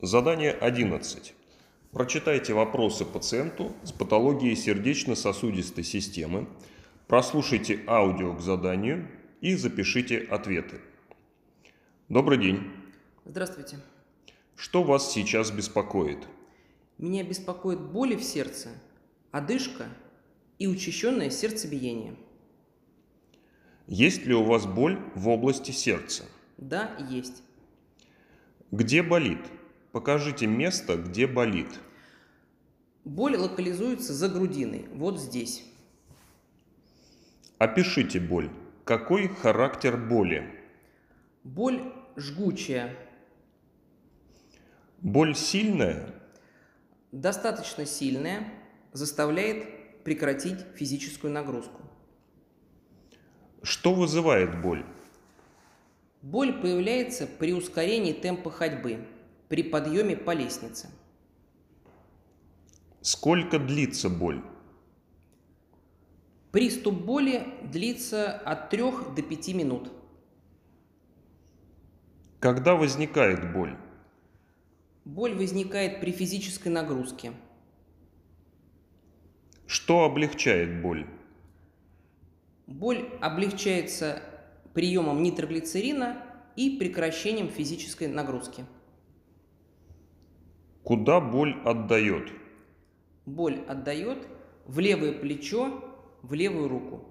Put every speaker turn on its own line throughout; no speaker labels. Задание 11. Прочитайте вопросы пациенту с патологией сердечно-сосудистой системы, прослушайте аудио к заданию и запишите ответы. Добрый день.
Здравствуйте.
Что вас сейчас беспокоит?
Меня беспокоит боли в сердце, одышка и учащенное сердцебиение.
Есть ли у вас боль в области сердца?
Да, есть.
Где болит? Покажите место, где болит.
Боль локализуется за грудиной, вот здесь.
Опишите боль. Какой характер боли?
Боль жгучая,
Боль сильная?
достаточно сильная, заставляет прекратить физическую нагрузку.
Что вызывает боль?
Боль появляется при ускорении темпа ходьбы, при подъеме по лестнице.
Сколько длится боль?
Приступ боли длится от 3 до 5 минут.
Когда возникает боль?
Боль возникает при физической нагрузке.
Что облегчает боль?
Боль облегчается приемом нитроглицерина и прекращением физической нагрузки.
Куда боль отдает?
Боль отдает в левое плечо, в левую руку.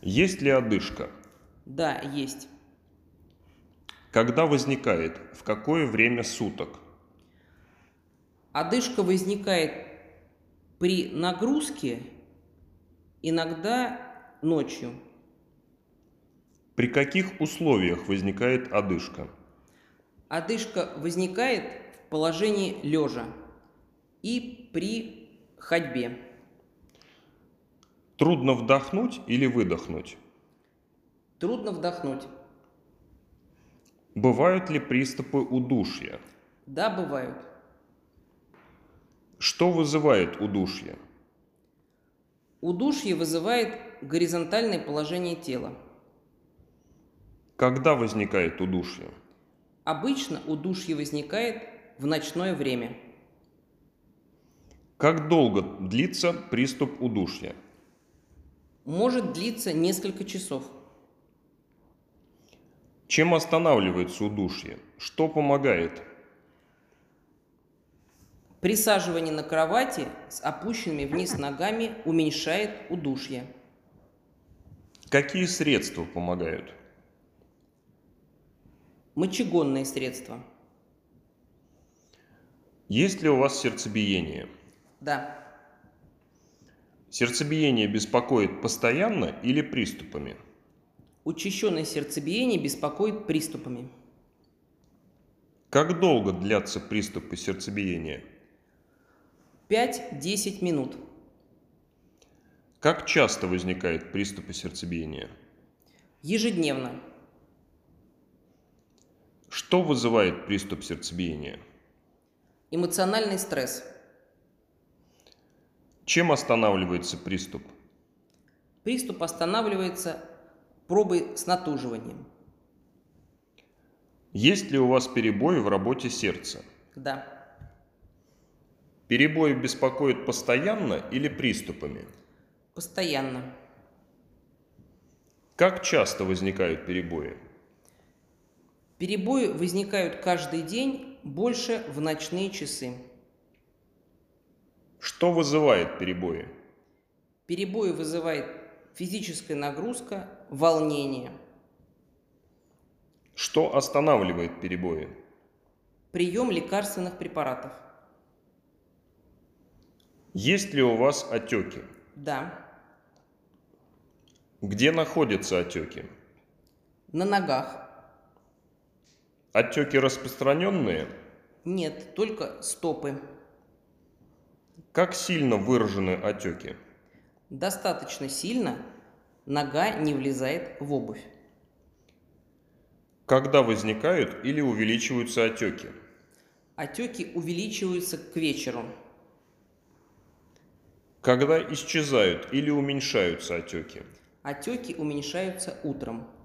Есть ли одышка?
Да, есть.
Когда возникает? В какое время суток?
Одышка возникает при нагрузке, иногда ночью,
При каких условиях возникает одышка?
Одышка возникает в положении лежа и при ходьбе.
Трудно вдохнуть или выдохнуть?
Трудно вдохнуть.
Бывают ли приступы удушья?
Да, бывают.
Что вызывает удушье?
Удушье вызывает горизонтальное положение тела.
Когда возникает удушье?
Обычно удушье возникает в ночное время.
Как долго длится приступ удушья?
Может длиться несколько часов.
Чем останавливается удушье? Что помогает?
Присаживание на кровати с опущенными вниз ногами уменьшает удушье.
Какие средства помогают?
Мочегонные средства.
Есть ли у вас сердцебиение?
Да,
Сердцебиение беспокоит постоянно или приступами?
учащенное сердцебиение беспокоит приступами.
Как долго длятся приступы сердцебиения?
5-10 минут.
Как часто возникают приступы сердцебиения?
Ежедневно.
Что вызывает приступ сердцебиения?
Эмоциональный стресс.
Чем останавливается приступ?
Приступ останавливается пробой с натуживанием.
Есть ли у вас перебои в работе сердца?
Да.
Перебои беспокоят постоянно или приступами?
Постоянно.
Как часто возникают перебои?
Перебои возникают каждый день, больше в ночные часы.
Что вызывает перебои?
Перебои вызывает физическая нагрузка, волнение,
Что останавливает перебои?
прием лекарственных препаратов.
Есть ли у вас отеки?
Да.
Где находятся отеки?
На ногах.
Отеки распространенные?
Нет, только стопы.
Как сильно выражены отеки?
Достаточно сильно нога не влезает в обувь.
Когда возникают или увеличиваются отеки?
Отеки увеличиваются к вечеру.
Когда исчезают или уменьшаются отеки?
Отеки уменьшаются утром.